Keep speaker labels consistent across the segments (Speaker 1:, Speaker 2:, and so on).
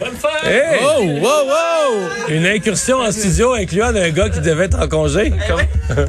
Speaker 1: Bonne fête!
Speaker 2: Hey!
Speaker 3: Oh, wow,
Speaker 2: Une incursion en studio incluant un gars qui devait être en congé.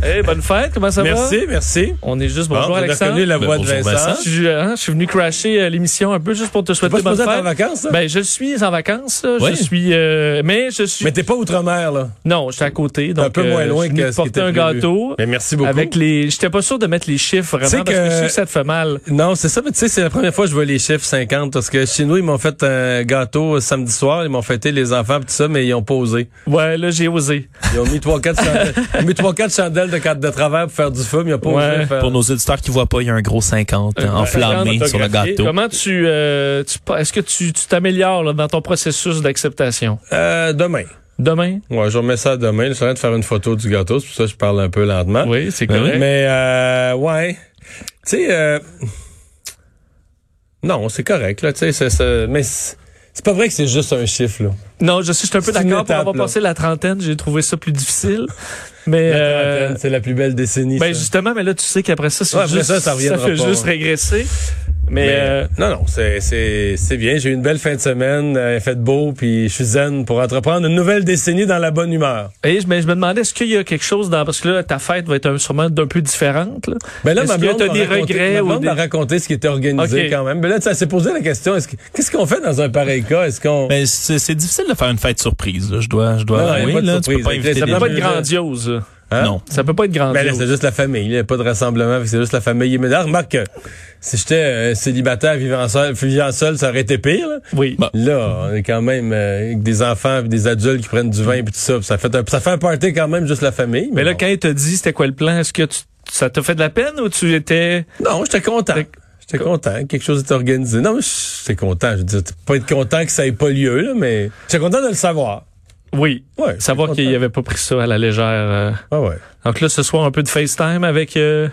Speaker 1: Hey, bonne fête, comment ça va?
Speaker 2: Merci, merci.
Speaker 1: On est juste, bonjour
Speaker 2: on a
Speaker 1: Alexandre.
Speaker 2: reconnu la
Speaker 3: Ben,
Speaker 2: voix de
Speaker 3: bonjour,
Speaker 2: Vincent.
Speaker 3: Vincent.
Speaker 1: Je, suis, hein, je suis venu crasher euh, l'émission un peu juste pour te
Speaker 2: T'es pas
Speaker 1: souhaiter bonne
Speaker 2: supposé être en
Speaker 1: fête.
Speaker 2: vacances, hein? ça?
Speaker 1: Ben, je suis en vacances. là.
Speaker 3: Oui.
Speaker 1: Je suis, euh, mais je suis.
Speaker 2: Mais t'es pas outre-mer, là.
Speaker 1: Non, j'étais à côté, donc
Speaker 2: un peu moins
Speaker 1: euh,
Speaker 2: loin
Speaker 1: je suis venu
Speaker 2: que
Speaker 1: te
Speaker 2: ce qui
Speaker 1: porter
Speaker 2: était
Speaker 1: un
Speaker 2: prévu.
Speaker 1: gâteau.
Speaker 2: Mais merci beaucoup.
Speaker 1: Avec les, j'étais pas sûr de mettre les chiffres
Speaker 2: Tu sais
Speaker 1: vraiment parce que
Speaker 2: que-
Speaker 1: je sais que ça te fait mal.
Speaker 2: Non, c'est ça, mais tu sais, c'est la première fois que je vois les chiffres 50 parce que chez nous, ils m'ont fait un gâteau euh, samedi soir, ils m'ont fêté les enfants pis tout ça, mais ils ont pas osé.
Speaker 1: Ouais, là j'ai osé.
Speaker 2: Ils ont mis trois quatre chandelles, ils ont mis trois quatre chandelles de cadre de travers pour faire du feu, mais ils ont pas
Speaker 1: Ouais.
Speaker 2: osé faire.
Speaker 3: Pour nos auditeurs qui voient pas, il y a un gros 50
Speaker 1: Un gros
Speaker 3: enflammé
Speaker 1: 50
Speaker 3: sur le gâteau.
Speaker 1: Comment tu, euh, tu est-ce que tu tu t'améliores là, dans ton processus d'acceptation
Speaker 2: Euh, demain.
Speaker 1: Demain
Speaker 2: Ouais, je remets ça demain. Je suis en train de faire une photo du gâteau, c'est pour ça que je parle un peu lentement.
Speaker 1: Oui, c'est
Speaker 3: Ben oui,
Speaker 1: correct.
Speaker 2: Mais euh, ouais, tu sais, euh, non, c'est correct là. Tu sais, c'est- c'est- mais c'est c'est pas vrai que c'est juste un chiffre là.
Speaker 1: Non, je suis, je suis un peu
Speaker 2: C'est une
Speaker 1: d'accord pour
Speaker 2: étape,
Speaker 1: avoir
Speaker 2: là.
Speaker 1: passé la trentaine. J'ai trouvé ça plus difficile. Mais euh,
Speaker 2: La trentaine, c'est la plus belle décennie.
Speaker 1: ben
Speaker 2: ça.
Speaker 1: justement, mais là, tu sais qu'après ça, c'est
Speaker 2: Ouais, après
Speaker 1: juste,
Speaker 2: ça, ça reviendra
Speaker 1: fait
Speaker 2: pas.
Speaker 1: juste régresser. Mais,
Speaker 2: Mais,
Speaker 1: euh,
Speaker 2: non, non, c'est- c'est c'est bien. J'ai eu une belle fin de semaine. euh, Il a fait beau, puis je suis zen pour entreprendre une nouvelle décennie dans la bonne humeur.
Speaker 1: et je- mais je me demandais, est-ce qu'il y a quelque chose dans... Parce que là, ta fête va être un- sûrement d'un peu différente. Là.
Speaker 2: Ben là,
Speaker 1: Est-ce
Speaker 2: ma
Speaker 1: que
Speaker 2: blonde
Speaker 1: t'as
Speaker 2: m'a
Speaker 1: des
Speaker 2: raconté-
Speaker 1: regrets
Speaker 2: ma
Speaker 1: ou
Speaker 2: blonde
Speaker 1: des-
Speaker 2: m'a raconté ce qui était organisé
Speaker 1: Ok.
Speaker 2: quand même. Mais là, ça s'est posé la question est-ce que- qu'est-ce qu'on fait dans un pareil cas Est-ce qu'on
Speaker 3: Mais c'est c'est difficile de faire une fête surprise. là. Je dois, je dois
Speaker 2: Non,
Speaker 3: avouer,
Speaker 2: y a pas de
Speaker 3: là, tu peux
Speaker 2: surprise.
Speaker 3: pas inviter
Speaker 2: Ça
Speaker 3: des
Speaker 1: Ça
Speaker 2: peut
Speaker 1: peut
Speaker 3: gens.
Speaker 1: pas être
Speaker 2: Mais-
Speaker 1: grandiose. là.
Speaker 2: Hein?
Speaker 3: Non.
Speaker 1: Ça peut pas être
Speaker 2: Ben là,
Speaker 1: grandiose.
Speaker 2: c'est juste la famille, il n'y a pas de rassemblement, fait que c'est juste la famille immédiate. Remarque que si j'étais euh, célibataire vivant seul, vivant seul, ça aurait été pire. Là,
Speaker 1: oui.
Speaker 3: Bon.
Speaker 2: Là, on est quand même euh, avec des enfants, puis des adultes qui prennent du vin, puis tout ça. puis ça fait un, ça fait un party quand même juste la famille.
Speaker 1: Mais là,
Speaker 2: bon.
Speaker 1: quand il t'a dit c'était quoi le plan, est-ce que tu- ça t'a fait de la peine ou tu étais...
Speaker 2: non, j'étais content.
Speaker 1: Fait-
Speaker 2: J'étais content, quelque chose était organisé. Non, mais j'étais content. Je veux dire, t'es pas être content que ça ait pas lieu, là, mais j'étais content de le savoir.
Speaker 1: Oui.
Speaker 2: Ouais, je
Speaker 1: Savoir
Speaker 2: suis
Speaker 1: qu'il
Speaker 2: content.
Speaker 1: avait pas pris ça à la légère. euh.
Speaker 2: Ah ouais.
Speaker 1: Donc là, ce soir, un peu de FaceTime avec... euh,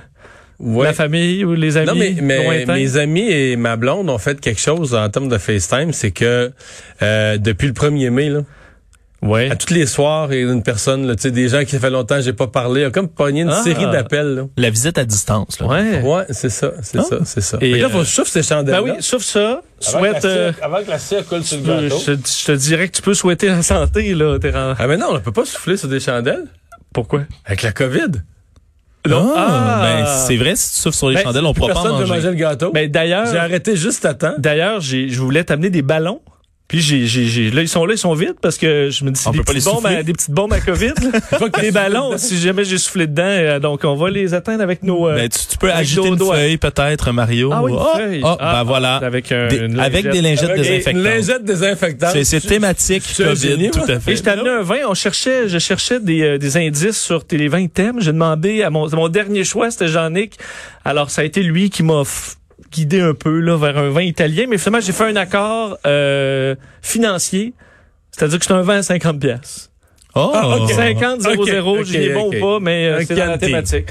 Speaker 2: Ouais.
Speaker 1: la famille ou les amis
Speaker 2: Non, mais, mais
Speaker 1: lointains.
Speaker 2: mes amis et ma blonde ont fait quelque chose en termes de FaceTime, c'est que euh, depuis le 1er mai, là,
Speaker 1: Ouais.
Speaker 2: à tous les soirs, il y a une personne, là, tu sais, des gens qui ça fait longtemps que j'ai pas parlé, a comme pogné une
Speaker 1: Ah.
Speaker 2: série d'appels. là.
Speaker 3: La visite à distance. Là.
Speaker 1: Ouais.
Speaker 2: Ouais, c'est ça, c'est
Speaker 3: Ah.
Speaker 2: ça, c'est ça.
Speaker 1: Et,
Speaker 2: Et là, faut
Speaker 1: euh,
Speaker 2: que je chauffe ces chandelles
Speaker 1: Ben oui, sauf ça, souhaite... euh,
Speaker 2: avant que la cire coule sur
Speaker 1: tu peux- je, te- je te dirais que tu peux souhaiter la santé, là. t'es rend-
Speaker 2: Ah mais non, on peut pas souffler sur des chandelles
Speaker 1: Pourquoi?
Speaker 2: avec la COVID.
Speaker 1: Non.
Speaker 3: Ah,
Speaker 1: Ah.
Speaker 3: Ben, c'est vrai, si tu souffles sur les
Speaker 1: Ben,
Speaker 3: chandelles, on pourra pas
Speaker 2: Personne ne
Speaker 3: manger.
Speaker 2: peut manger le gâteau.
Speaker 1: Ben,
Speaker 2: j'ai
Speaker 1: d'ailleurs,
Speaker 2: arrêté juste à temps.
Speaker 1: d'ailleurs, j'ai- je voulais t'amener des ballons. Puis j'ai, j'ai, j'ai- là, ils sont là, ils sont vides parce que je me dis, c'est
Speaker 3: On
Speaker 1: des
Speaker 3: peut pas
Speaker 1: petites,
Speaker 3: les
Speaker 1: bombes à,
Speaker 3: souffler.
Speaker 1: des petites bombes à COVID. là. les ballons, si jamais j'ai soufflé dedans, euh, donc on va les atteindre avec nos... euh,
Speaker 3: Ben, tu, tu peux
Speaker 1: Avec
Speaker 3: agiter
Speaker 1: nos
Speaker 3: une
Speaker 1: doigts.
Speaker 3: feuille, peut-être, Mario.
Speaker 1: Ah oui, une
Speaker 3: Ah,
Speaker 1: feuille.
Speaker 3: ah,
Speaker 1: Ah,
Speaker 3: ben voilà.
Speaker 1: avec un,
Speaker 3: Des-
Speaker 1: une
Speaker 3: avec des
Speaker 1: lingette.
Speaker 3: lingettes
Speaker 2: Avec des- une
Speaker 3: désinfectantes.
Speaker 2: lingette désinfectante.
Speaker 3: C'est- C'est thématique
Speaker 2: je suis un
Speaker 3: COVID,
Speaker 2: génie,
Speaker 3: tout
Speaker 2: moi.
Speaker 3: à fait.
Speaker 1: Et je t'ai amené un vin. On cherchait, je cherchais des, euh, des indices sur tes les 20 thèmes. J'ai demandé à mon, mon dernier choix, c'était Jean-Nic. Alors, ça a été lui qui m'a f- guidé un peu là vers un vin italien. Mais finalement, j'ai fait un accord euh, financier. C'est-à-dire que c'est un vin à 50 pièces.
Speaker 3: Oh,
Speaker 2: Ah, ok.
Speaker 1: 50 0
Speaker 2: Ok,
Speaker 1: je dis bon
Speaker 2: ok.
Speaker 1: ou pas, mais euh,
Speaker 2: Un
Speaker 1: c'est dans la
Speaker 2: Chianti.
Speaker 1: thématique.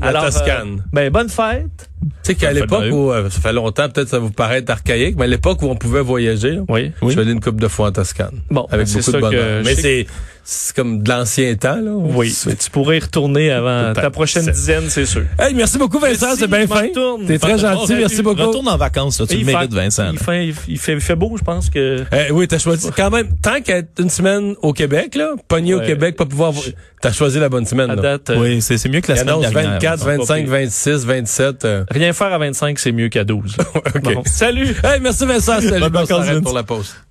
Speaker 2: La Toscane.
Speaker 1: euh, ben, bonne fête.
Speaker 2: Tu sais qu'à
Speaker 3: Ça fait
Speaker 2: l'époque
Speaker 3: mal.
Speaker 2: où, euh, ça fait longtemps, peut-être ça vous paraît archaïque, mais à l'époque où on pouvait voyager, là,
Speaker 1: Oui.
Speaker 2: je
Speaker 3: Oui.
Speaker 2: suis allé une couple de fois en Toscane.
Speaker 1: Bon,
Speaker 2: avec
Speaker 1: c'est
Speaker 2: beaucoup
Speaker 1: ça
Speaker 2: de
Speaker 1: que
Speaker 2: bonheur.
Speaker 1: je
Speaker 2: Mais
Speaker 1: sais
Speaker 2: c'est c'est comme de l'ancien temps. Là, on
Speaker 1: Oui.
Speaker 2: se
Speaker 1: Mais
Speaker 2: souhaite.
Speaker 1: tu pourrais y retourner avant
Speaker 3: Peut-être.
Speaker 1: ta prochaine
Speaker 3: C'est-
Speaker 1: dizaine, c'est sûr.
Speaker 2: Hey, merci beaucoup, Vincent.
Speaker 1: Merci,
Speaker 2: C'est bien
Speaker 1: je m'en
Speaker 2: fin.
Speaker 1: retourne.
Speaker 2: T'es très gentil. Merci beaucoup.
Speaker 3: oh, ben, Retourne en vacances, là, tu le
Speaker 1: Il
Speaker 3: mérites,
Speaker 1: fait-
Speaker 3: Vincent.
Speaker 1: Il fait, il fait, il fait beau, je pense que.
Speaker 2: Eh oui, t'as choisi quand même, tant qu'être une semaine au Québec, là, pogné
Speaker 1: Ouais.
Speaker 2: au Québec, pas pouvoir, t'as choisi la bonne semaine,
Speaker 1: À
Speaker 2: là.
Speaker 1: date, euh,
Speaker 3: Oui, c'est c'est mieux que la
Speaker 2: Il
Speaker 3: semaine
Speaker 2: annonce
Speaker 3: dernière.
Speaker 2: 24,
Speaker 3: mettons.
Speaker 2: 25, 26, 27, euh.
Speaker 1: Rien faire à 25, c'est mieux qu'à 12.
Speaker 2: OK.
Speaker 1: Bon. Salut!
Speaker 2: Hey, merci Vincent. Salut,
Speaker 3: Bonnes
Speaker 2: on
Speaker 3: vacances,
Speaker 2: s'arrête
Speaker 3: Vince.
Speaker 2: pour la pause.